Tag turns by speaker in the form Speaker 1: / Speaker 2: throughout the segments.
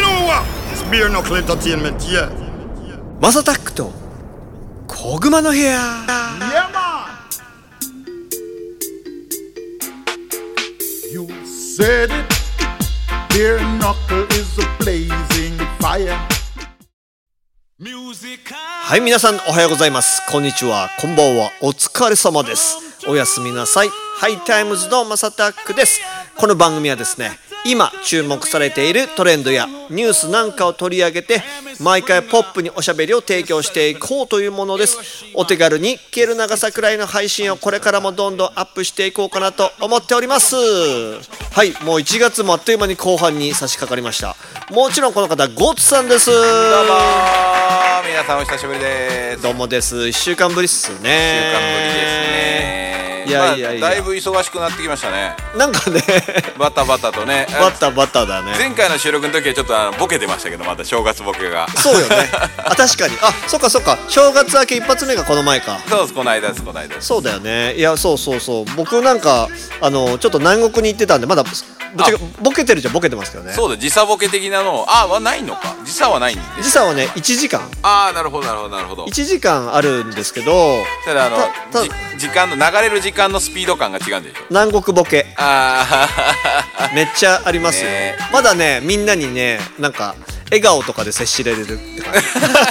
Speaker 1: know what? It's beer knuckle entertainment, yeah.
Speaker 2: マサタックと小熊の部屋
Speaker 1: Yeah, man.
Speaker 3: You said it. Beer knuckle is a blazing fire.
Speaker 2: はい皆さんおはようございますこんにちはこんばんはお疲れ様ですおやすみなさいハイタイムズのマサタックですこの番組はですね今注目されているトレンドやニュースなんかを取り上げて毎回ポップにおしゃべりを提供していこうというものですお手軽に消える長さくらいの配信をこれからもどんどんアップしていこうかなと思っておりますはいもう1月もあっという間に後半に差し掛かりましたもちろんこの方ゴッツさんです
Speaker 4: どうもー皆さんお久しぶりです。
Speaker 2: どうもです1週間ぶりっすね
Speaker 4: 一週間ぶりですね。
Speaker 2: いやいやいや
Speaker 4: まあだいぶ忙しくなってきましたね。
Speaker 2: なん かね
Speaker 4: バタバタとね。
Speaker 2: バタバタだね
Speaker 4: 前回の収録の時はちょっとあのボケてましたけど、また正月ボケが。
Speaker 2: そうよねあ確かにあそっかそっか正月明け一発目がこの前か
Speaker 4: そうです、この間です、この間です。
Speaker 2: そうだよねいやそうそうそう僕なんかあのちょっと南国に行ってたんでまだぶっちゃけボケてるじゃボケてますけどね
Speaker 4: そうだ、時差ボケ的なのを、あ、はないのか。時差はないんで。
Speaker 2: 時差はね1時間
Speaker 4: ああ、なるほど、なるほど、なるほど。
Speaker 2: 1時間あるんですけど
Speaker 4: ただ、あの
Speaker 2: たた
Speaker 4: じ時間の、流れる時間のスピード感が違うんでしょ。
Speaker 2: 南国ボケ
Speaker 4: あ あ、
Speaker 2: めっちゃありますよ、
Speaker 4: ね
Speaker 2: まだねみんなにねなんか笑顔とかで接しれるって感じ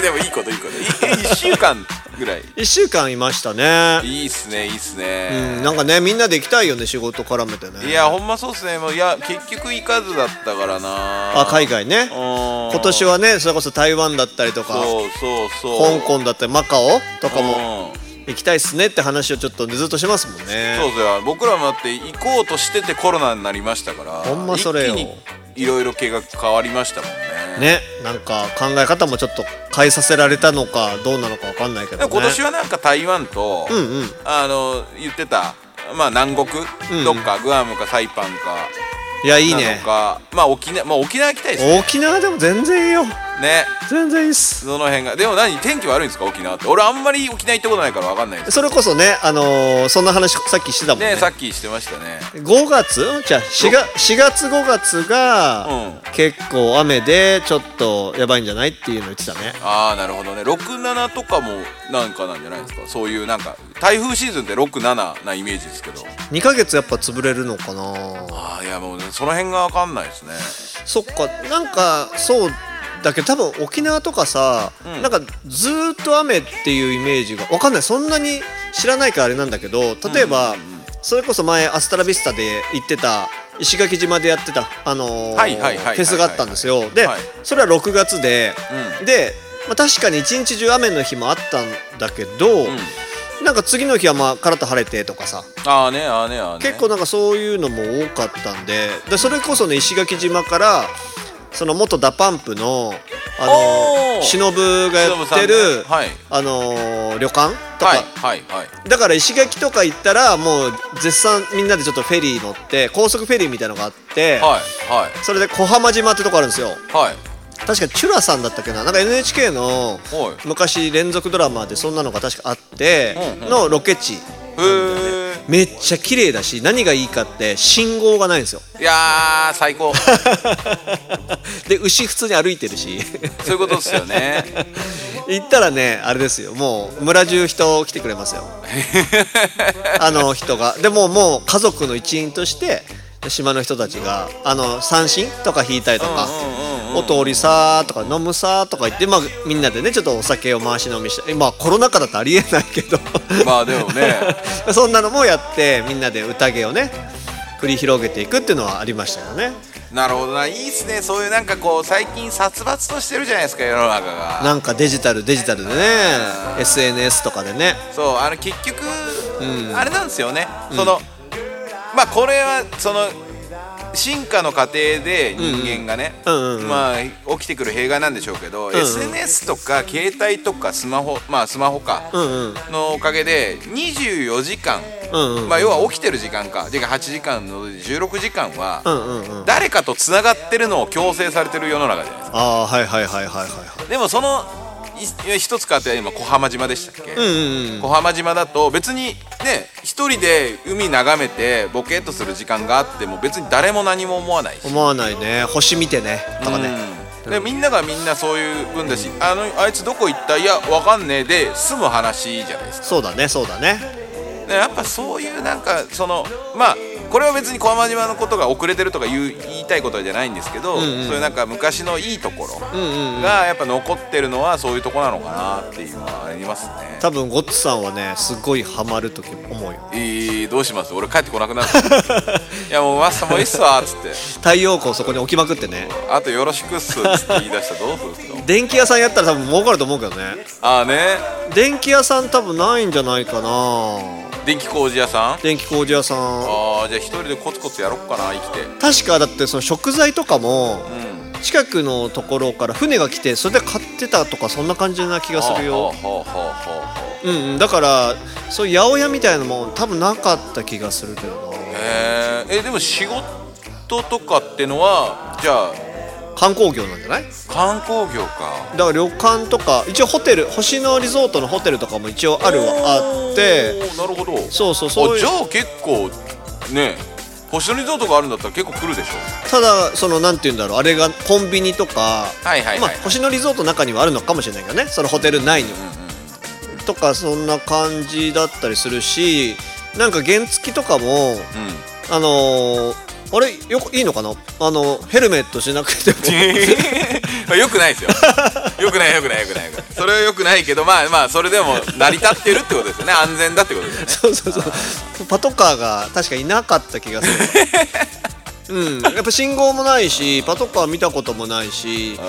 Speaker 4: でもいいこと、いいこと。いい一週間ぐらい。
Speaker 2: 1週間いましたね
Speaker 4: いいっすね、いいっす
Speaker 2: う
Speaker 4: ね。
Speaker 2: ん、なんかねみんなで行きたいよね仕事絡めてね
Speaker 4: いやほんまそうっすねもういや結局行かずだったからな
Speaker 2: あ海外ね今
Speaker 4: 今
Speaker 2: 年はねそれこそ台湾だったりとか
Speaker 4: そうそうそう
Speaker 2: 香港だったりマカオとかも
Speaker 4: うん
Speaker 2: 行きたいっすねって話をちょっとずっとしますもんね
Speaker 4: そうそう僕らもだって行こうとしててコロナになりましたから
Speaker 2: ほんまそれよ
Speaker 4: 一気にいろいろ計画変わりましたもんね
Speaker 2: ねなんか考え方もちょっと変えさせられたのかどうなのかわかんないけ
Speaker 4: で
Speaker 2: ど、
Speaker 4: も
Speaker 2: ね、
Speaker 4: 今年はなんか台湾と、
Speaker 2: うんうん
Speaker 4: あの言ってたまあ南国、
Speaker 2: ん
Speaker 4: どっかグアムかサイパンか
Speaker 2: いやいい
Speaker 4: な
Speaker 2: ね
Speaker 4: のかまあ沖縄まあ沖縄行きたいですね
Speaker 2: 沖縄でも全然いいよ
Speaker 4: ね
Speaker 2: 全然いいっす
Speaker 4: その辺がでも何天気悪いんですか沖縄って俺あんまり沖縄行ったことないからわかんないです
Speaker 2: それこそねあのーそんな話さっきしてたもんね
Speaker 4: ねさっきしてましたね
Speaker 2: 5月じゃあ4月 ,4 月5月が
Speaker 4: うん
Speaker 2: 結構雨でちょっとやばいんじゃないっていうの言ってたね
Speaker 4: ああなるほどね67とかもなんかなんじゃないですかそういうなんか台風シーズンって67なイメージですけど
Speaker 2: 2ヶ月やっぱ潰れるのかな
Speaker 4: ああいやもうねその辺が分かんないですね
Speaker 2: そっかなんかそうだけど多分沖縄とかさ、
Speaker 4: うん
Speaker 2: なんかずーっと雨っていうイメージがわかんないそんなに知らないからあれなんだけど例えば、
Speaker 4: うんうんうん
Speaker 2: それこそ前アスタラビスタで行ってた石垣島でやってた、あのー
Speaker 4: はいはいはいはいはい
Speaker 2: フェスがあったんですよで、
Speaker 4: はい
Speaker 2: それは6月で、
Speaker 4: う
Speaker 2: で、まあ、確かに一日中雨の日もあったんだけど、
Speaker 4: ん
Speaker 2: なんか次の日はまあカラッと晴れてとかさ
Speaker 4: ああねああねああね
Speaker 2: 結構なんかそういうのも多かったんででそれこそね石垣島からその元ダパンプのあ
Speaker 4: お
Speaker 2: の
Speaker 4: ー
Speaker 2: 忍がや
Speaker 4: 忍さん
Speaker 2: って
Speaker 4: ね
Speaker 2: る、
Speaker 4: はい
Speaker 2: あのー旅館とか、
Speaker 4: はいはいはい
Speaker 2: だから石垣とか行ったらもう絶賛みんなでちょっとフェリー乗って高速フェリーみたいのがあって、
Speaker 4: はいはい
Speaker 2: それで小浜島ってとこあるんですよ
Speaker 4: はい
Speaker 2: 確かチュラさんだったっけななんか NHK の
Speaker 4: はい
Speaker 2: 昔連続ドラマでそんなのが確かあって
Speaker 4: うんうん
Speaker 2: のロケ地
Speaker 4: へ
Speaker 2: めっちゃ綺麗だし何がいいかって信号がないんですよ
Speaker 4: えいやー最高
Speaker 2: で牛普通に歩いてるし
Speaker 4: そういうことですよね
Speaker 2: 行ったらねあれですよもう村中人来てくれ ますよあの人がでももう家族の一員として島の人たちがあの三振とか引いたりとか「お通りさ」とか「飲むさ」とか言って、まあ、みんなでねちょっとお酒を回し飲みしたまあコロナ禍だとありえないけど
Speaker 4: まあでもね
Speaker 2: そんなのもやってみんなで宴をね繰り広げていくっていうのはありましたよね
Speaker 4: なるほどないいっすねそういうなんかこう最近殺伐としてるじゃないですか世の中が
Speaker 2: なんかデジタルデジタルでね SNS とかでね
Speaker 4: そうあの結局、あれなんですよね、そのまあこれはその進化の過程で人間がね、
Speaker 2: うんうんうん
Speaker 4: まあ起きてくる弊害なんでしょうけど、
Speaker 2: ん
Speaker 4: SNS とか携帯とかスマホまあスマホか、
Speaker 2: うんうん
Speaker 4: のおかげで24時間、
Speaker 2: うんうん
Speaker 4: まあ要は起きてる時間かてか8時間のうち16時間は、
Speaker 2: うんうんうん
Speaker 4: 誰かとつながってるのを強制されてる世の中じゃないですか
Speaker 2: ああはいはいはいはいはいはい
Speaker 4: でもそのいいや一つ買って今小浜島でしたっけ、小浜島だと別にね一人で海眺めてボケっとする時間があっても別に誰も何も思わないし
Speaker 2: 思わないね星見てねとかね、
Speaker 4: うんでみんながみんなそういう分だし、あのあいつどこ行ったいやわかんねえで済む話じゃないですか
Speaker 2: そうだねそうだね
Speaker 4: でやっぱそういうなんかそのまあこれは別に小浜島のことが遅れてるとか言う言いたいことじゃないんですけど、そういうなんか昔のいいところがやっぱ残ってるのはそういうとこなのかなっていうのはありますね。
Speaker 2: 多分ゴッツさんはねすごいハマるとき思うよ
Speaker 4: えー、どうします俺帰ってこ なくなるいやもうマスターもういいっすわっつって
Speaker 2: 太陽光そこに置きまくってね
Speaker 4: あとよろしくっすっつって言い出したらどうするんですか
Speaker 2: 電気屋さんやったら多分儲かると思うけどね
Speaker 4: ああね
Speaker 2: 電気屋さん多分ないんじゃないかな
Speaker 4: 電気工事屋さん
Speaker 2: 電気工事屋さん
Speaker 4: ああじゃあ一人でコツコツやろっかな生きて
Speaker 2: 確かだってその食材とかも
Speaker 4: うん
Speaker 2: 近くのところから船が来てそれで買ってたとかそんな感じな気がするよ
Speaker 4: ほうほうほうほうほう
Speaker 2: うんうんだからそういう八百屋みたいなのも多分なかった気がするけどな
Speaker 4: えー、えでも仕事とかってのはじゃあ
Speaker 2: 観光業なんじゃない
Speaker 4: 観光業か
Speaker 2: だから旅館とか一応ホテル星野リゾートのホテルとかも一応あるはあって
Speaker 4: おーなるほど
Speaker 2: そうそうそう
Speaker 4: あ
Speaker 2: いう
Speaker 4: じゃあ結構ね星野リゾートがあるんだったら結構来るでしょ
Speaker 2: ただそのなんて言うんだろうあれがコンビニとか、
Speaker 4: はいはいはい
Speaker 2: まあ、星野リゾートの中にはあるのかもしれないけどねそのホテル内に、とかそんな感じだったりするしなんか原付とかも
Speaker 4: うん
Speaker 2: あのーあれよくいいのかなあのヘルメットしなく ても
Speaker 4: まあよくないですよ。よくないよくないよくないよくない。それはよくないけどまあまあそれでも成り立ってるってことですよね。安全だってことですよね。
Speaker 2: そうそうそうパトカーが確かいなかった気がす るうんやっぱ信号もないしパトカー見たこともないし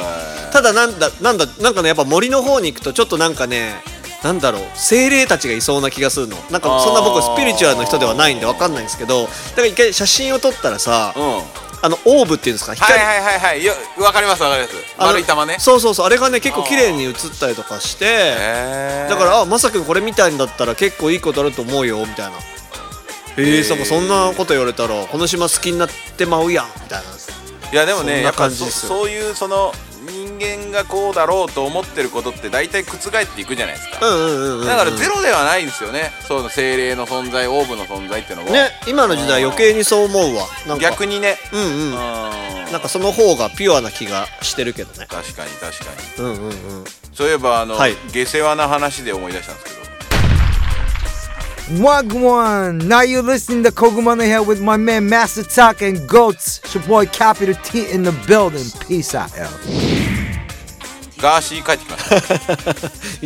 Speaker 2: ただなんだなんだなんかねやっぱ森の方に行くとちょっとなんかねなんだろう精霊たちがいそうな気がするのなんかそんな僕
Speaker 4: あー
Speaker 2: スピリチュアルの人ではないんでわかんないんですけどだから一回写真を撮ったらさ
Speaker 4: うん。はい
Speaker 2: あのオーブっていうんですか光、
Speaker 4: はいはいはい。よわかりますわかります。
Speaker 2: あの
Speaker 4: 丸い玉ね。
Speaker 2: そうそうそうあれがね結構綺麗に映ったりとかして
Speaker 4: へー
Speaker 2: だからあまさくんこれ見たいんだったら結構いいことあると思うよみたいなえー、そそんなこと言われたらこの島好きになってまうやんみたいない
Speaker 4: やでもね
Speaker 2: そん
Speaker 4: や
Speaker 2: な
Speaker 4: っぱ
Speaker 2: 感じ
Speaker 4: そ
Speaker 2: ですよ
Speaker 4: そういうその人間がこうだろうと思ってることって大体覆っていくじゃないですか。
Speaker 2: うんうんうん、うん、
Speaker 4: だからゼロではないんですよね。その精霊の存在、オーブの存在っていうのも。
Speaker 2: ね今の時代余計にそう思うわなんか
Speaker 4: 逆
Speaker 2: に
Speaker 4: にね。
Speaker 2: うんうん
Speaker 4: うん。
Speaker 2: なんかその方がピュアな気がしてるけどね。
Speaker 4: 確かに確か
Speaker 2: う
Speaker 4: に。
Speaker 2: んうんうん。
Speaker 4: そういえばあの、
Speaker 2: はい
Speaker 4: 下世話な話で思い出したんですけど。
Speaker 5: Wagwan! Now you're listening to Koguman here with my man Master Talk and Goats. It's your boy Capital T in the building. Peace out, L.
Speaker 4: ガーシー帰ってき ました。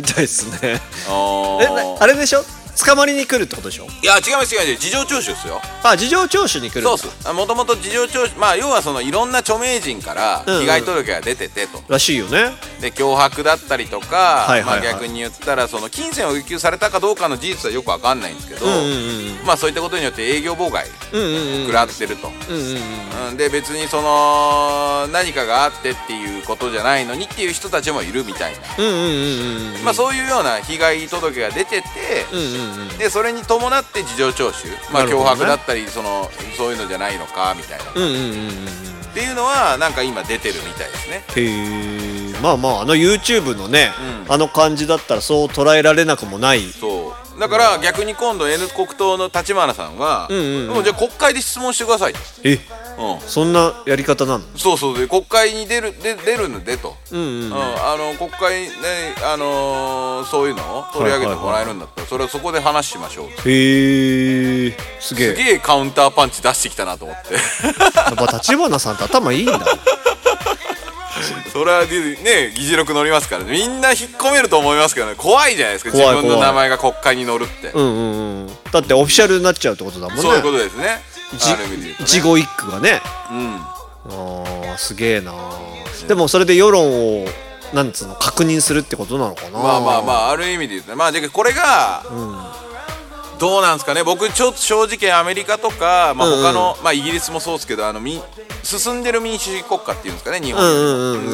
Speaker 2: 痛いですね。え、な
Speaker 4: あ
Speaker 2: あれでしょ捕まりに来るってことでしょ
Speaker 4: いや違います違います事情聴取ですよ
Speaker 2: あ、事情聴取に来るん
Speaker 4: そ
Speaker 2: だ
Speaker 4: うっすもともと事情聴取まあ要はそのいろんな著名人から
Speaker 2: うんうん
Speaker 4: 被害届が出ててと、
Speaker 2: らしいよね。
Speaker 4: で脅迫だったりとか、
Speaker 2: はいはいはい
Speaker 4: まあ、逆に言ったらその金銭を要求されたかどうかの事実はよくわかんないんですけど、
Speaker 2: うんうん
Speaker 4: まあそういったことによって営業妨害
Speaker 2: うん。うんうんうん。
Speaker 4: 食らってると、
Speaker 2: うんうんうん。
Speaker 4: うんで別にその何かがあってっていうことじゃないのにっていう人たちもいるみたいな、
Speaker 2: うんうんうんうん。
Speaker 4: まあそういうような被害届が出てて、
Speaker 2: うんうんうん。
Speaker 4: でそれに伴って事情聴取、まあ、
Speaker 2: なるほ
Speaker 4: 脅
Speaker 2: どね
Speaker 4: 迫だったりそのそういうのじゃないのかみたいな、
Speaker 2: うんうんうんうん。
Speaker 4: っていうのはなんか今出てるみたいですね
Speaker 2: へえ。まあまああの YouTube のね、
Speaker 4: うん
Speaker 2: あの感じだったらそう捉えられなくもない。
Speaker 4: そうだから逆に今度 N 国党の立花さんは、
Speaker 2: うんうんうん
Speaker 4: もうじゃあ国会で質問してくださいと、
Speaker 2: え、
Speaker 4: う
Speaker 2: そんなやり方なの？
Speaker 4: ん、そうそうで国会に出るで出るのでと、
Speaker 2: うんう
Speaker 4: うん
Speaker 2: ん。
Speaker 4: あの国会ねあのーそういうのを取り上げてもらえるんだったら、それはそこで話しましょうと
Speaker 2: へえ。すげ
Speaker 4: す
Speaker 2: え。
Speaker 4: げえカウンターパンチ出してきたなと思って
Speaker 2: やっぱ立花さんって頭いいんだ。
Speaker 4: それはでね議事録乗りますからねみんな引っ込めると思いますけどね怖いじゃないですか
Speaker 2: 怖い怖い
Speaker 4: 自分の名前が国会に乗るって、
Speaker 2: うんうんうん。だってオフィシャルになっちゃうってことだもんね。
Speaker 4: そういうことですね
Speaker 2: 一
Speaker 4: ある意味で言うとね
Speaker 2: 一期一句がね
Speaker 4: うん
Speaker 2: あーすげえなでもそれで世論をなんつうの確認するってことなのかな
Speaker 4: まあまあまあある意味で言うとねまあじゃあこれが、どうなんですかね僕ちょっと正直アメリカとか、まあ、
Speaker 2: うんうん
Speaker 4: 他の、まあ、イギリスもそうですけどあのみ進んでる民主主義国家っていうんですかね日本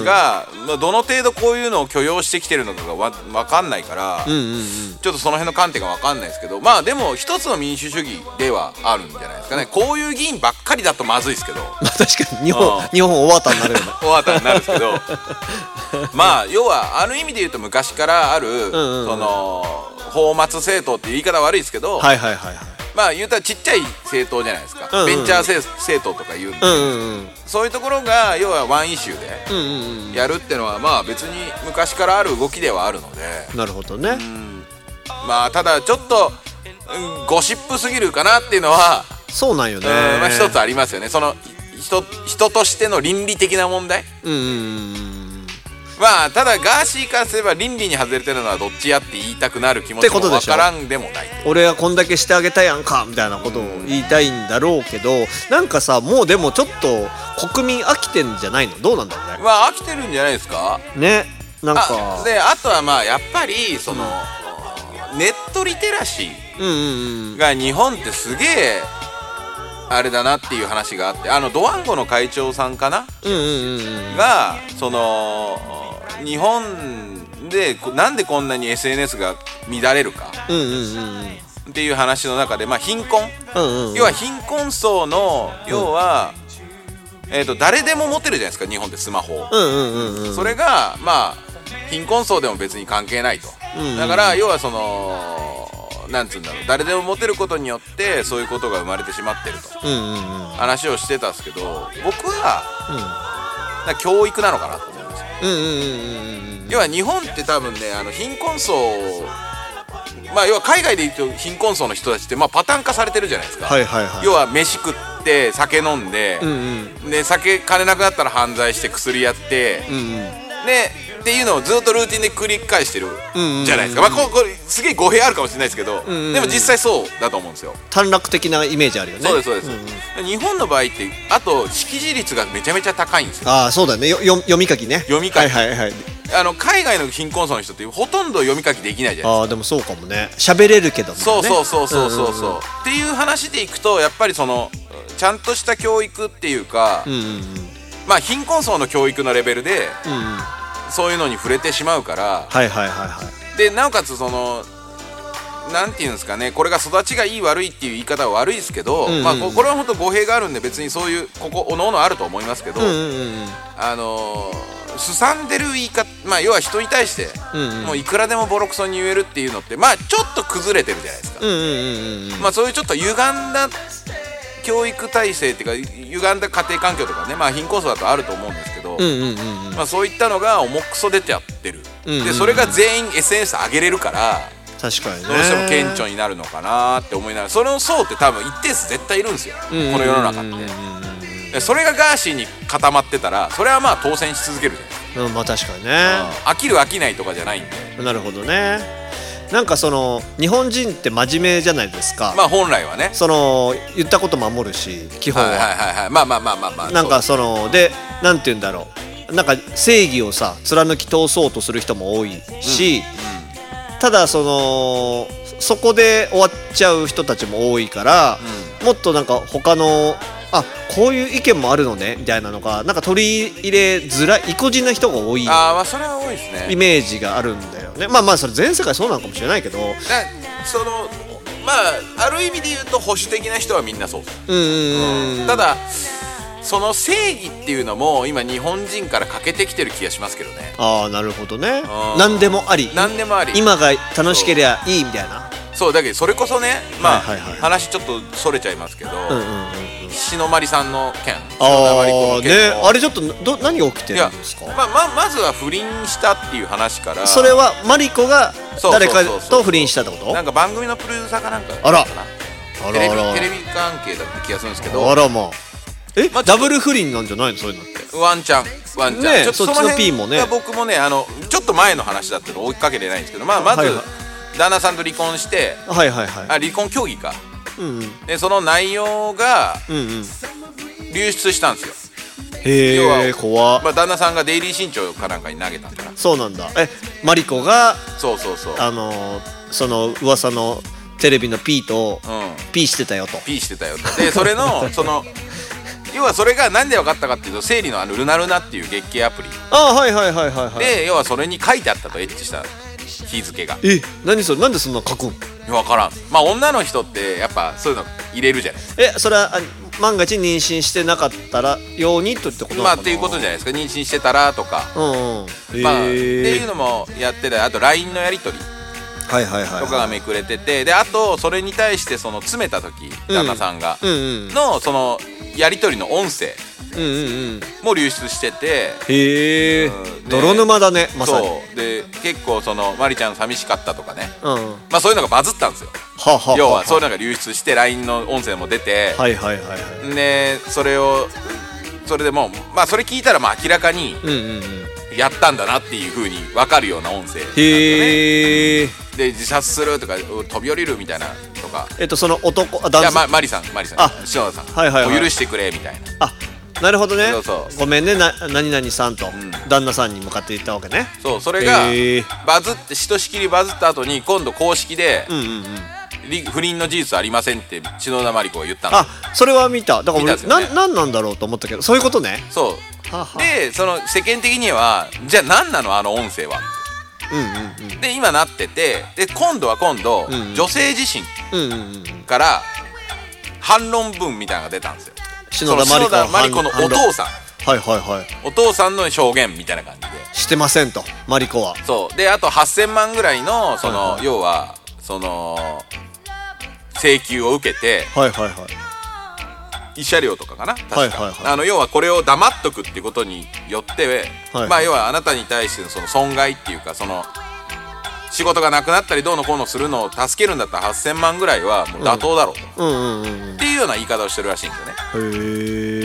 Speaker 4: が、まあ、どの程度こういうのを許容してきてるのかがわ分かんないから、ちょっとその辺の観点が分かんないですけどまあでも一つの民主主義ではあるんじゃないですかねこういう議員ばっかりだとまずいですけど
Speaker 2: まあ確かに日
Speaker 4: う
Speaker 2: 本
Speaker 4: ん
Speaker 2: 日本おばあたになるような
Speaker 4: 大当たりになるんです けどまあ要はある意味で言うと昔からある、その泡沫政党っていう言い方悪いですけど、
Speaker 2: はいはいはいはい
Speaker 4: まあ言うたらちっちゃい政党じゃないですか、
Speaker 2: うんうん
Speaker 4: ベンチャー政政党とか言うんで、
Speaker 2: うんうんうん
Speaker 4: そういうところが要はワンイシューで
Speaker 2: うんうんうん
Speaker 4: やるってのはまあ別に昔からある動きではあるので
Speaker 2: なるほどね
Speaker 4: まあただちょっと、うんゴシップすぎるかなっていうのは、
Speaker 2: そうなんよね
Speaker 4: うんまあ、一つありますよねその人人としての倫理的な問題
Speaker 2: うんうんうん
Speaker 4: まあただガーシーからすれば倫理に外れてるのはどっちやって言いたくなる気持
Speaker 2: って
Speaker 4: ち
Speaker 2: こ
Speaker 4: も
Speaker 2: とで
Speaker 4: わ
Speaker 2: しょ
Speaker 4: からんでもない
Speaker 2: 俺がこんだけしてあげたやんかみたいなことを言いたいんだろうけどなんかさもうでもちょっと国民飽きてんじゃないのどうなんだろうね
Speaker 4: まあ飽きてるんじゃないですか
Speaker 2: ねなん
Speaker 4: あ
Speaker 2: か
Speaker 4: であとはまあやっぱりその、ネットリテラシ
Speaker 2: うんうんう
Speaker 4: ー
Speaker 2: ん
Speaker 4: が日本ってすげえあれだなっていう話があってあのドワンゴの会長さんかな
Speaker 2: うんうんうんうん
Speaker 4: がその日本でこなんでこんなに SNS が乱れるか
Speaker 2: うんうんうんうん
Speaker 4: っていう話の中で、まあ、貧困
Speaker 2: うんうん
Speaker 4: 要は貧困層の要は、えー、と誰でも持てるじゃないですか日本でスマホを、
Speaker 2: うんうんうんうん
Speaker 4: それがまあ貧困層でも別に関係ないと、だから要はそのなんつうんだろう誰でも持てることによってそういうことが生まれてしまってると
Speaker 2: うんうんうん
Speaker 4: 話をしてたんですけど僕は、なんか教育なのかなと思います
Speaker 2: うんうんうんうんうん
Speaker 4: 要は日本って多分ねあの貧困層まあ要は海外で言うと貧困層の人たちってまあパターン化されてるじゃないですか、
Speaker 2: はいはいはい
Speaker 4: 要は飯食って酒飲んで、
Speaker 2: うんうん
Speaker 4: で酒金なくなったら犯罪して薬やって、
Speaker 2: うんうん
Speaker 4: でっていうのをずっとルーティンで繰り返してる
Speaker 2: んうん
Speaker 4: じゃないですか、まあ、ここれすげえ語弊あるかもしれないですけど、
Speaker 2: んうん
Speaker 4: でも実際そうだと思うんですよ、
Speaker 2: 短絡的なイメージあるよね
Speaker 4: そうですそうです、日本の場合ってあと識字率がめちゃめちゃ高いんですよ
Speaker 2: ああそうだよねよよ読み書きね
Speaker 4: 読み書き
Speaker 2: はいはいはい
Speaker 4: あの海外の貧困層の人ってほとんど読み書きできないじゃないですか
Speaker 2: ああでもそうかもね喋れるけどもね
Speaker 4: そうそうそうそうそう
Speaker 2: うん
Speaker 4: そう、っていう話でいくとやっぱりそのちゃんとした教育っていうか、
Speaker 2: うんうん
Speaker 4: まあ貧困層の教育のレベルで
Speaker 2: うんうんうん
Speaker 4: そういうのに触れてしまうから
Speaker 2: はいはいはいはい
Speaker 4: でなおかつそのなんていうんですかねこれが育ちがいい悪いっていう言い方は悪いですけ
Speaker 2: ん
Speaker 4: ど、
Speaker 2: うんうん
Speaker 4: まあ、ここれは本当語弊があるんで別にそういうここおのおのあると思いますけど、
Speaker 2: うんうんうん
Speaker 4: あのーすさんでる言い方まあ要は人に対して、
Speaker 2: うんうん
Speaker 4: もういくらでもボロクソに言えるっていうのってまあちょっと崩れてるじゃないですか。
Speaker 2: うんうんうんうん
Speaker 4: まあ、そういうちょっと歪んだ教育体制っていうか歪んだ家庭環境とかね、まあ、貧困層だとあると思うんですけ
Speaker 2: う
Speaker 4: ど、
Speaker 2: んうんうんうん
Speaker 4: まあ、そういったのが重くそ出ちゃってる、
Speaker 2: うんうんうん
Speaker 4: でそれが全員 SNS 上げれるから
Speaker 2: 確かにね
Speaker 4: どうしても顕著になるのかなって思いながらその層って多分一定数絶対いるんですよ、
Speaker 2: うん
Speaker 4: この世の中って、でそれがガーシーに固まってたらそれはまあ当選し続けるじゃないです
Speaker 2: うんまあ確かにね
Speaker 4: か飽きる飽きないとかじゃないんで
Speaker 2: なるほどねなんかその日本人って真面目じゃないですか
Speaker 4: まあ本来はね
Speaker 2: その言ったこと守るし基本
Speaker 4: はいはい
Speaker 2: は
Speaker 4: はいはいまあまあまあまあまあ
Speaker 2: なんかそのでなんて言うんだろうなんか正義をさ貫き通そうとする人も多いし、ただそのそこで終わっちゃう人たちも多いから、もっとなんか他のあこういう意見もあるのねみたいなのがなんか取り入れづらい意固人な人が多い
Speaker 4: ああまあそれは多いですね
Speaker 2: イメージがあるんだよねまあまあそれ全世界そうなのかもしれないけど
Speaker 4: だそのまあある意味で言うと保守的な人はみんなそうです、
Speaker 2: うんうんうん
Speaker 4: ただその正義っていうのも今日本人から欠けてきてる気がしますけどね
Speaker 2: ああなるほどね
Speaker 4: うん
Speaker 2: 何でもあり
Speaker 4: 何でもあり
Speaker 2: 今が楽しけりゃいいみたいな
Speaker 4: そうだけどそれこそねまあ、
Speaker 2: はいはいはい
Speaker 4: 話ちょっとそれちゃいますけど、
Speaker 2: うんうんうん
Speaker 4: 篠まりさんの件
Speaker 2: ああねあれ
Speaker 4: れ
Speaker 2: ちょっとど何が起きて
Speaker 4: い
Speaker 2: る
Speaker 4: や
Speaker 2: んです
Speaker 4: ま
Speaker 2: か
Speaker 4: あままずは不倫したっていう話から
Speaker 2: それはマリコが
Speaker 4: そうそう
Speaker 2: 誰
Speaker 4: そう
Speaker 2: か
Speaker 4: そう
Speaker 2: と不倫したってこと
Speaker 4: なんか番組のプロデューサーかなんか
Speaker 2: あら
Speaker 4: かな
Speaker 2: あ
Speaker 4: テレビ
Speaker 2: あら
Speaker 4: テレビ関係だった気がするんですけど
Speaker 2: あらまあえ、
Speaker 4: まあちょ
Speaker 2: ダブル不倫なんじゃないのそういうのって
Speaker 4: ワンチャンワンチャン、
Speaker 2: ねえ
Speaker 4: ちょっと
Speaker 2: そっ
Speaker 4: その
Speaker 2: ちの
Speaker 4: 辺
Speaker 2: P もね
Speaker 4: が僕もねあのちょっと前の話だったの追いかけてないんですけど、まあ、まず
Speaker 2: はいは
Speaker 4: 旦那さんと離婚して
Speaker 2: はいはいはい
Speaker 4: あ離婚協議か
Speaker 2: うんうん
Speaker 4: でその内容が
Speaker 2: うんうん
Speaker 4: 流出したんです要
Speaker 2: へえ
Speaker 4: は
Speaker 2: 怖
Speaker 4: よ、まあ、旦那さんがデイリー新潮かなんかに投げたんだな
Speaker 2: そうなんだえマリコが
Speaker 4: そうそうそう
Speaker 2: あのーその噂のテレビの P と
Speaker 4: うん
Speaker 2: P してたよと
Speaker 4: P してたよとでそれのその要はそれがなんで分かったかっていうと生理のあのルナルナっていう月経アプリ
Speaker 2: あはいはいはいはいはい
Speaker 4: で要はそれに書いてあったとエッチした日付が
Speaker 2: え何それなんでそんな書くん
Speaker 4: 分からんまあ女の人ってやっぱそういうの入れるじゃない
Speaker 2: えそれはあ万が一妊娠してなかったらようにとってことなの
Speaker 4: まあ
Speaker 2: かな
Speaker 4: っていうことじゃないですか妊娠してたらとか、
Speaker 2: うんうん
Speaker 4: まあ、って
Speaker 2: へえ
Speaker 4: いうのもやっててあと LINE のやり取り
Speaker 2: はいはいはい
Speaker 4: とかがめくれててであとそれに対してその詰めた時旦那さんが、
Speaker 2: うんうん
Speaker 4: のそのやり取りの音声
Speaker 2: うんうんうん
Speaker 4: も流出してて
Speaker 2: へえ
Speaker 4: ん
Speaker 2: 泥沼だねまさに
Speaker 4: そうで結構そのマリちゃん寂しかったとかね
Speaker 2: うんは
Speaker 4: まあそういうのがバズったんですよ
Speaker 2: あはあ
Speaker 4: 要はそういう
Speaker 2: れ
Speaker 4: のが流出して LINE の音声も出て、
Speaker 2: はいはいはいはい
Speaker 4: でそれをそれでもうまあそれ聞いたらまあ明らかに
Speaker 2: うんうんうん
Speaker 4: やったんだなっていうふうに分かるような音声なんだよね
Speaker 2: へえ
Speaker 4: で自殺するとか飛び降りるみたいなとか
Speaker 2: えっとその男あ
Speaker 4: い
Speaker 2: 男
Speaker 4: や、
Speaker 2: 性
Speaker 4: ま、マリさんマリさん
Speaker 2: あ
Speaker 4: 篠田さん、
Speaker 2: はいはいはい
Speaker 4: もう許してくれみたいな
Speaker 2: あなるほどね
Speaker 4: そうそう
Speaker 2: ごめんねな何々さんと
Speaker 4: ん
Speaker 2: 旦那さんに向かって言ったわけね
Speaker 4: そうそれが
Speaker 2: へえ
Speaker 4: バズってひとしきりバズった後に今度公式で
Speaker 2: うんうんうん
Speaker 4: り不倫の事実ありませんって篠田麻里子が言ったの
Speaker 2: あそれは見ただから
Speaker 4: 見
Speaker 2: 俺
Speaker 4: たですよね
Speaker 2: なんなんなんだろうと思ったけどそういうことね
Speaker 4: そう
Speaker 2: はあはあ
Speaker 4: でその世間的にはじゃあ何なのあの音声は
Speaker 2: うん
Speaker 4: で今なっててで今度は今度、
Speaker 2: んうん
Speaker 4: 女性自身
Speaker 2: うんうんうんうんうん
Speaker 4: から反論文みたいなのが出たんですよ
Speaker 2: 篠田麻里子
Speaker 4: その真理子のお父さん
Speaker 2: はいはいはい
Speaker 4: お父さんの証言みたいな感じで
Speaker 2: してませんとマリコは
Speaker 4: そうであと8,000万ぐらいのその、
Speaker 2: はいはい
Speaker 4: 要はその請求を受けて
Speaker 2: はいはいはい
Speaker 4: 慰謝料とかかな確か、
Speaker 2: はいはいはい
Speaker 4: あの要はこれを黙っとくってことによって、
Speaker 2: はい
Speaker 4: まあ要はあなたに対してのその損害っていうかその仕事がなくなったりどうのこうのするのを助けるんだったら8,000万ぐらいはもう妥当だろうと、
Speaker 2: うんうんうん
Speaker 4: っていうような言い方をしてるらしいんですよね。
Speaker 2: う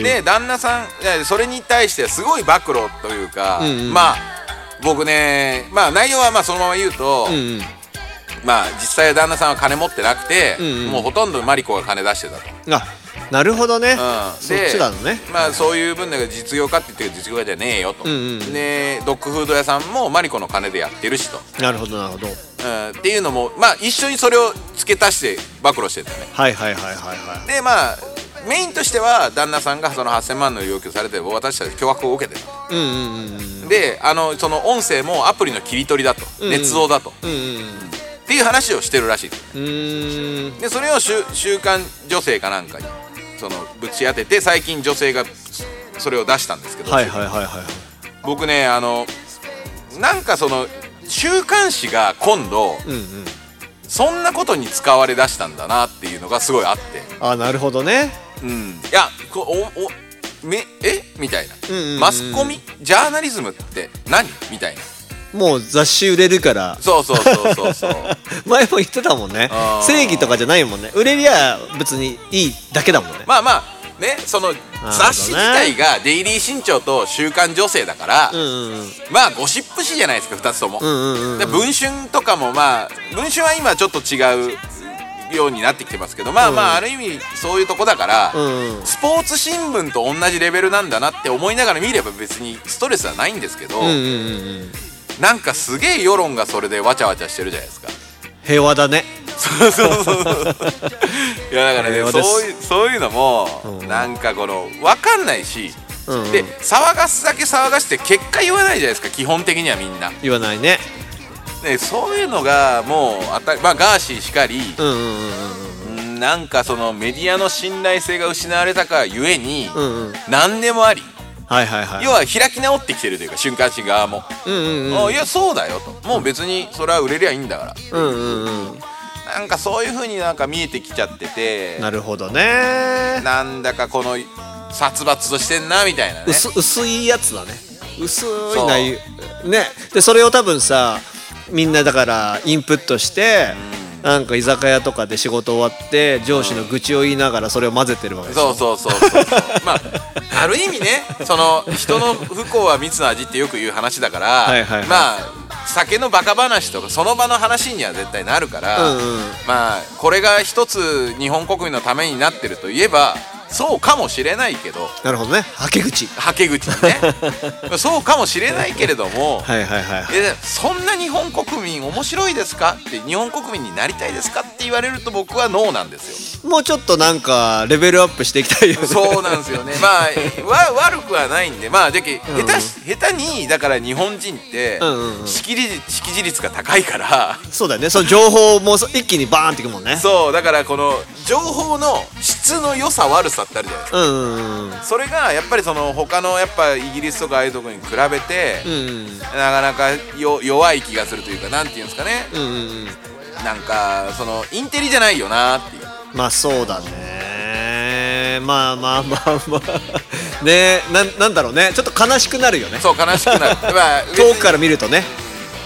Speaker 2: んへえ
Speaker 4: で旦那さんいやそれに対してすごい暴露というか、
Speaker 2: うんうん
Speaker 4: まあ僕ねまあ内容はまあそのまま言うと、
Speaker 2: うんうん
Speaker 4: まあ実際は旦那さんは金持ってなくて、
Speaker 2: うんうん
Speaker 4: もうほとんどマリコが金出してたと。
Speaker 2: あなるほどね、
Speaker 4: うん、
Speaker 2: そっ
Speaker 4: で
Speaker 2: ちなのね
Speaker 4: まあそういう分だけ実業家って言ってるけど実業家じゃねえよと、
Speaker 2: うんうん
Speaker 4: でドッグフード屋さんもマリコの金でやってるしと、
Speaker 2: なるほどなるほど
Speaker 4: うん、っていうのもまあ一緒にそれを付け足して暴露してるんだよね
Speaker 2: はいはいはいはいは
Speaker 4: でまあメインとしては旦那さんがその8,000万の要求されて私たち脅迫を受けてた
Speaker 2: いうんうんうんうん
Speaker 4: であのその音声もアプリの切り取りだと、
Speaker 2: んうん
Speaker 4: 捏造だと
Speaker 2: うんうん
Speaker 4: っていう話をしてるらしいです
Speaker 2: うんうーん
Speaker 4: でそれを週週刊女性かなんかにそのぶち当てて最近女性がそれを出したんですけど、
Speaker 2: はいはいはいはい
Speaker 4: 僕ねあのなんかその週刊誌が今度
Speaker 2: うんうん
Speaker 4: そんなことに使われだしたんだなっていうのがすごいあっ
Speaker 2: あなるほどね
Speaker 4: て、うん、いやこおおめえみたいな、
Speaker 2: うんうんうん
Speaker 4: マスコミジャーナリズムって何みたいな
Speaker 2: もう雑誌売れるから
Speaker 4: そうそうそうそうそう
Speaker 2: 前も言ってたもんね
Speaker 4: あー
Speaker 2: 正義とかじゃないもんね売れりゃ別にいいだけだもんね
Speaker 4: まあまあねその雑誌自体が「デイリー新潮」と「週刊女性」だから、
Speaker 2: うんうんうん
Speaker 4: まあゴシップ誌じゃないですか2つとも、
Speaker 2: うんうんうん
Speaker 4: で文春とかもまあ文春は今ちょっと違うようになってきてますけどまあまあある意味そういうとこだから、
Speaker 2: うんうん
Speaker 4: スポーツ新聞と同じレベルなんだなって思いながら見れば別にストレスはないんですけど、
Speaker 2: うんうんうんうん
Speaker 4: なんかすげえ世論がそれでわちゃわちゃしてるじゃないですか。
Speaker 2: 平和だね
Speaker 4: そうそうそうそういやだか
Speaker 2: 平
Speaker 4: らね
Speaker 2: 和です
Speaker 4: そういうそういうのも、
Speaker 2: うん
Speaker 4: なんかこの分かんないし、
Speaker 2: うんうん
Speaker 4: で騒がすだけ騒がして結果言わないじゃないですか基本的にはみんな。
Speaker 2: 言わないね
Speaker 4: ね、そういうのがもうあた、まあ、ガーシーしかり、
Speaker 2: うんうんうんうん
Speaker 4: うんなんかそのメディアの信頼性が失われたかゆえに、
Speaker 2: うんうん
Speaker 4: 何でもあり
Speaker 2: はいはいはい
Speaker 4: 要は開き直ってきてるというか瞬間誌側も、
Speaker 2: うんうんうん
Speaker 4: あいやそうだよともう別にそれは売れりゃいいんだから
Speaker 2: うんうんうん
Speaker 4: なんかそういう風になんか見えてきちゃってて
Speaker 2: なるほどね
Speaker 4: なんだかこの殺伐としてんなみたいなね
Speaker 2: 薄薄いやつだね薄い
Speaker 4: そう
Speaker 2: 内容ねでそれを多分さみんなだからインプットしてなんか居酒屋とかで仕事終わって上司の愚痴を言いながらそれを混ぜてるわけです
Speaker 4: そうそうそうそう そうまあある意味ねその人の不幸は蜜の味ってよく言う話だから
Speaker 2: はいはいはい
Speaker 4: まあ酒のバカ話とかその場の話には絶対なるから、
Speaker 2: うんうん
Speaker 4: まあこれが一つ日本国民のためになってるといえばそうかもしれないけど
Speaker 2: なるほどねはけ口
Speaker 4: はけ口ね そうかもしれないけれども、
Speaker 2: はいはいはいはい
Speaker 4: えそんな日本国民面白いですかって日本国民になりたいですかって言われると僕はノーなんですよ
Speaker 2: もうちょっとなんかレベルアップしていきたいよね
Speaker 4: そうなんですよねまあわ悪くはないんでまあじゃけ下手し下手にだから日本人って
Speaker 2: うんうんうん
Speaker 4: 識字識字率が高いから
Speaker 2: そうだよねその情報もそ一気にバーンっていくもんね
Speaker 4: そうだからこの情報の質の良さ悪さってあるじゃないですか
Speaker 2: うんうんうん
Speaker 4: それがやっぱりその他のやっぱイギリスとかああいうとこに比べて、
Speaker 2: うん
Speaker 4: なかなかよ弱い気がするというかなんていうんですかね、
Speaker 2: うんうんうん
Speaker 4: なんかそのインテリじゃないよなっていう
Speaker 2: まあそうだねまあまあまあまあねなんなんだろうねちょっと悲しくなるよね
Speaker 4: そう悲しくなる まあ
Speaker 2: 遠くから見るとね、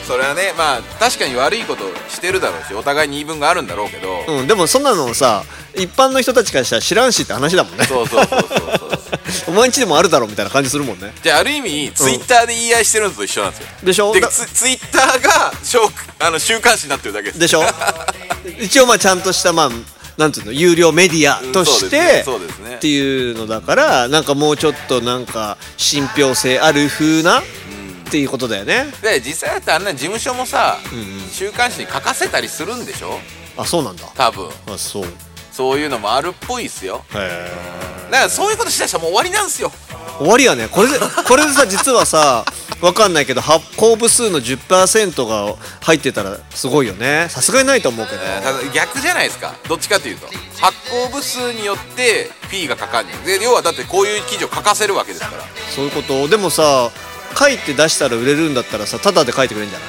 Speaker 4: それはねまあ確かに悪いことしてるだろうしお互いに言い分があるんだろうけど、
Speaker 2: うん、でもそんなのさ一般の人たちからしたら知らんしって話だもんね
Speaker 4: そうそうそうそうそう
Speaker 2: お前んちでもあるだろうみたいな感じするもんね
Speaker 4: じゃあある意味ツイッターで言い合いしてるのと一緒なんですよ
Speaker 2: でしょ
Speaker 4: で
Speaker 2: だ
Speaker 4: ツツイッターがしょうあの週刊誌になってるだけです
Speaker 2: でしょ一応まあちゃんとしたまあなんていうの有料メディアとして
Speaker 4: そうですねそうですね
Speaker 2: っていうのだからなんかもうちょっとなんか信憑性ある風なっていうことだよね
Speaker 4: で実際だってあんな事務所もさ、週刊誌に書かせたりするんでしょ
Speaker 2: あそうなんだ
Speaker 4: 多分
Speaker 2: あそうへ
Speaker 4: そういうのもあるっぽいっすよ
Speaker 2: え
Speaker 4: だからそういうことしだしたらもう終わりなんすよ
Speaker 2: 終わりやねこれでこれでさ実はさわかんないけど発行部数の10%が入ってたらすごいよねさすがにないと思うけど
Speaker 4: ただ逆じゃないですかどっちかというと発行部数によってフィーがかかんねんで要はだってこういう記事を書かせるわけですから
Speaker 2: そういうことでもさ書いて出したら売れるんだったらさタダで書いてくれるんじゃない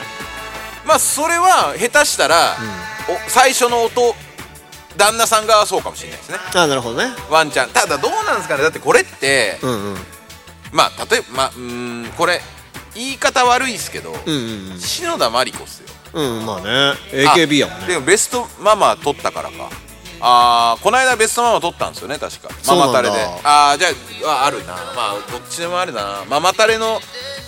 Speaker 4: まあそれは下手したら、お最初の音旦那さんがそうかもしれないですね
Speaker 2: あなるほどね
Speaker 4: ワンちゃんただどうなんですかねだってこれって、
Speaker 2: うんうん
Speaker 4: まあ例えば、まあ、うーんこれ言い方悪いっすけど、
Speaker 2: うんうん
Speaker 4: 篠田麻里子っすよ
Speaker 2: うんうんまあね AKB やもん
Speaker 4: あ
Speaker 2: ね
Speaker 4: でもベストママ取ったからかあーこの間ベストママ取ったんですよね確か
Speaker 2: そう
Speaker 4: マ
Speaker 2: なん
Speaker 4: マ
Speaker 2: だ
Speaker 4: タレでああじゃあああるなまあどっちでもあるなママタレの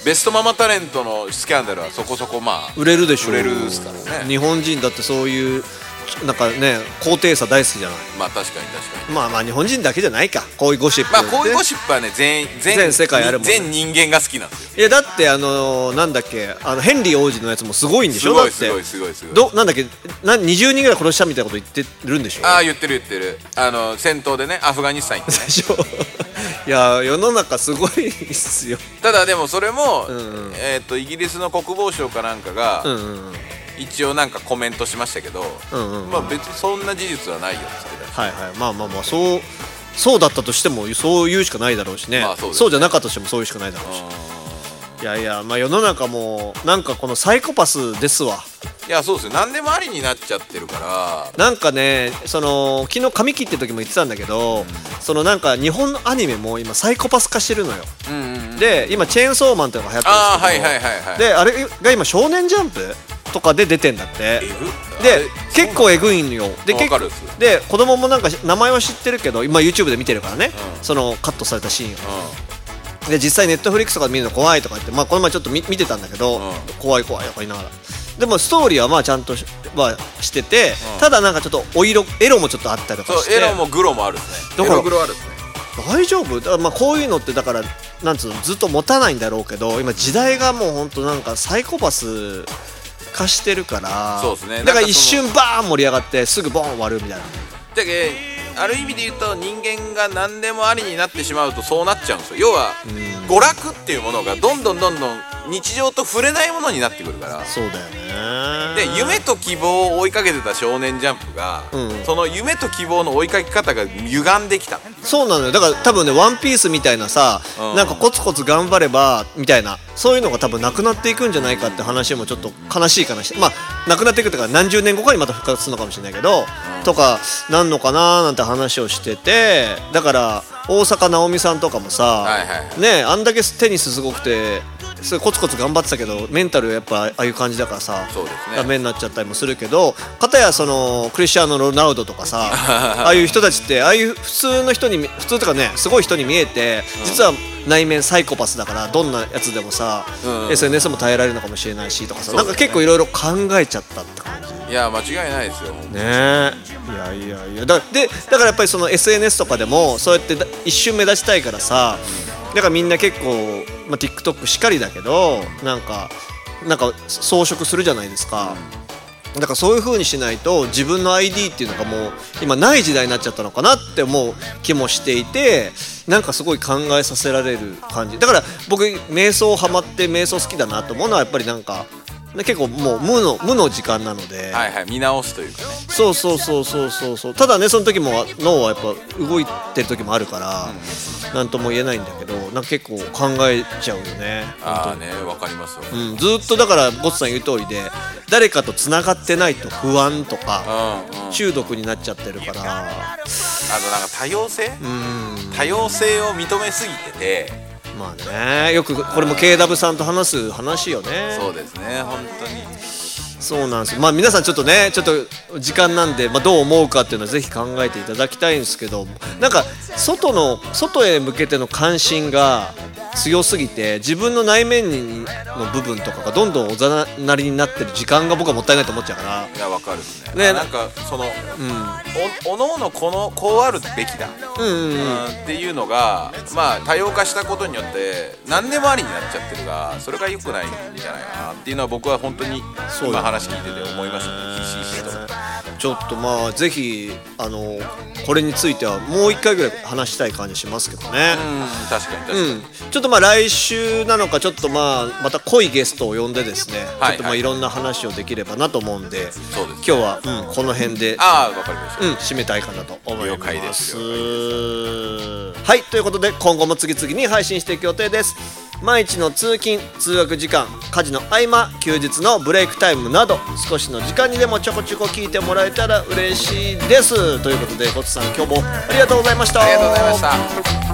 Speaker 4: ベストママタレントのスキャンダルはそこそこまあ
Speaker 2: 売れるでしょ
Speaker 4: 売れるっすからね
Speaker 2: 日本人だってそういうなんかね高低差大好きじゃない
Speaker 4: まあ確かに確かに
Speaker 2: まあまあ日本人だけじゃないかこういうゴシップ
Speaker 4: まあこういうゴ
Speaker 2: ッ
Speaker 4: シップはね全全
Speaker 2: 全世界あるもんね
Speaker 4: 全人間が好きなんですよ
Speaker 2: プいやだってあのーなんだっけあのヘンリー王子のやつもすごいんでし
Speaker 4: す
Speaker 2: ょ
Speaker 4: ごい
Speaker 2: だって
Speaker 4: すごいすごいすごい
Speaker 2: どなんだっけな20人ぐらい殺したみたいなこと言ってるんでしょ
Speaker 4: ああ言ってる言ってるあの戦闘でねアフガニスタン行ってね
Speaker 2: でしょ いや世の中すごいっすよ
Speaker 4: ただでもそれ
Speaker 2: ん
Speaker 4: も、
Speaker 2: うん
Speaker 4: えっ、とイギリスの国防省かなんかが、
Speaker 2: うんうんうん
Speaker 4: 一応なんかコメントしましたけど、
Speaker 2: うんうんうん
Speaker 4: まあ別にそんな事実はないよっつって
Speaker 2: はいはいまあまあまあそうそうだったとしてもそう言うしかないだろうしね,、
Speaker 4: まあそうですね
Speaker 2: じゃなかったとしてもそういうしかないだろうしいやいやまあ世の中もなんかこのサイコパスですわ
Speaker 4: いやそうですよ何でもありになっちゃってるから
Speaker 2: なんかねその昨日髪切ってる時も言ってたんだけど、そのなんか日本のアニメも今サイコパス化してるのよ、で今チェーンソーマンとかが流行ってるんです
Speaker 4: ああ
Speaker 2: けど
Speaker 4: はいはいはいはい
Speaker 2: であれが今「少年ジャンプ」とかで出てんだって
Speaker 4: ぐあれ
Speaker 2: で結構えぐいんよで
Speaker 4: わ
Speaker 2: 結
Speaker 4: か
Speaker 2: 構
Speaker 4: るっす
Speaker 2: で子供もなんか名前は知ってるけど今 YouTube で見てるからね、そのカットされたシーンをで実際ネットフリックスとかで見るの怖いとか言って、まあ、この前ちょっと見見てたんだけど、
Speaker 4: ん
Speaker 2: 怖い怖いとか言いながらでもストーリーはまあちゃんとしはしてて、ただなんかちょっとお色エロもちょっとあったりとか
Speaker 4: そう
Speaker 2: して
Speaker 4: エロもグロもあるっす
Speaker 2: だ
Speaker 4: ねエ
Speaker 2: から
Speaker 4: ログロあるっすね
Speaker 2: 大丈夫だからまあこういうのってだからなんつうのずっと持たないんだろうけど今時代がもうほんとなんかサイコパス化してるから
Speaker 4: そうっすね
Speaker 2: だから
Speaker 4: なんかその
Speaker 2: 一瞬バーン盛り上がってすぐボーン終わるみたいな
Speaker 4: だけどある意味で言うと人間が何でもありになってしまうとそうなっちゃうんですよ要は娯楽っていうものがどんどんどんどん日常と触れないものになってくるから
Speaker 2: そうだよ
Speaker 4: で
Speaker 2: ね
Speaker 4: 夢と希望を追いかけてた少年ジャンプが、
Speaker 2: うん
Speaker 4: その夢と希望の追いかけ方が歪んできた
Speaker 2: そうなのよだから多分ね「ワンピースみたいなさ、
Speaker 4: うん
Speaker 2: なんかコツコツ頑張ればみたいなそういうのが多分なくなっていくんじゃないかって話もちょっと悲しいかなしまあなくなっていくっていうか何十年後かにまた復活するのかもしれないけど、とかなんのかなーなんて話をしててだから大坂なおみさんとかもさ、
Speaker 4: いはい
Speaker 2: ねえあんだけテニスすごくてそれコツコツ頑張ってたけどメンタルやっぱああいう感じだからさ
Speaker 4: そうですね
Speaker 2: ダメになっちゃったりもするけどかたやそのクリスチャーノ・ロナウドとか さああいう人たちってああいう普通の人に普通とかねすごい人に見えて実は内面サイコパスだからどんなやつでもさ、
Speaker 4: うん
Speaker 2: SNS も耐えられるのかもしれないしとかさ、
Speaker 4: そう
Speaker 2: な
Speaker 4: だ
Speaker 2: ん
Speaker 4: ね
Speaker 2: か結構いろいろ考えちゃったって感じ。
Speaker 4: いや間違いないですよ
Speaker 2: ねえいやいやいやだでだからやっぱりその SNS とかでもそうやってだ一瞬目立ちたいからさだからみんな結構、まあ、TikTok しかりだけどなんかなんか装飾するじゃないですか、だからそういう風にしないと自分の ID っていうのがもう今ない時代になっちゃったのかなって思う気もしていてなんかすごい考えさせられる感じだから僕瞑想ハマって瞑想好きだなと思うのはやっぱりなんか結構もう無の無の時間なので、
Speaker 4: はいはい見直すというかね
Speaker 2: そうそうそうそうそうそうただねその時も脳はやっぱ動いてる時もあるからなんとも言えないんだけどなんか結構考えちゃうよね、
Speaker 4: ああねわかりますよ、
Speaker 2: うん、ずっとだからゴッツさん言う通りで誰かとつながってないと不安とか
Speaker 4: うんうん
Speaker 2: 中毒になっちゃってるから
Speaker 4: あとなんか多様性多様性を認めすぎてて
Speaker 2: まあねよくこれも KW さんと話す話よね
Speaker 4: そうですね本当に
Speaker 2: そうなんですよまあ皆さんちょっとねちょっと時間なんで、まあ、どう思うかっていうのはぜひ考えていただきたいんですけどなんか外の外へ向けての関心が強すぎて自分の内面にの部分とかがどんどんおざなりになってる時間が僕はもったいないと思っちゃうから
Speaker 4: いやわかるですね
Speaker 2: ね
Speaker 4: なんかその、おおのおのこのこうあるべきだ、
Speaker 2: うんうん
Speaker 4: うんっていうのがまあ多様化したことによって何でもありになっちゃってるがそれが良くないんじゃないかなっていうのは僕は本当に
Speaker 2: そうよね
Speaker 4: 今話聞いてて思いましたねひしひしと
Speaker 2: ちょっとまあぜひあのこれについてはもう一回ぐらい話したい感じしますけどね。
Speaker 4: うん確かに確かに、
Speaker 2: うん、ちょっとまあ来週なのかちょっとまあまた濃いゲストを呼んでですね、ち
Speaker 4: はい
Speaker 2: ょっとまあいろんな話をできればなと思うんで
Speaker 4: そうですね
Speaker 2: 今日は、うん、この辺で、
Speaker 4: ああわかりました、
Speaker 2: うん、締めたいかなと思い
Speaker 4: 了
Speaker 2: ま
Speaker 4: 解ですす
Speaker 2: はいということで今後も次々に配信していく予定です毎日の通勤通学時間家事の合間休日のブレイクタイムなど少しの時間にでもちょこちょこ聞いてもらえたら嬉しいですということでコツさん今日もありがとうございました
Speaker 4: ありがとうございました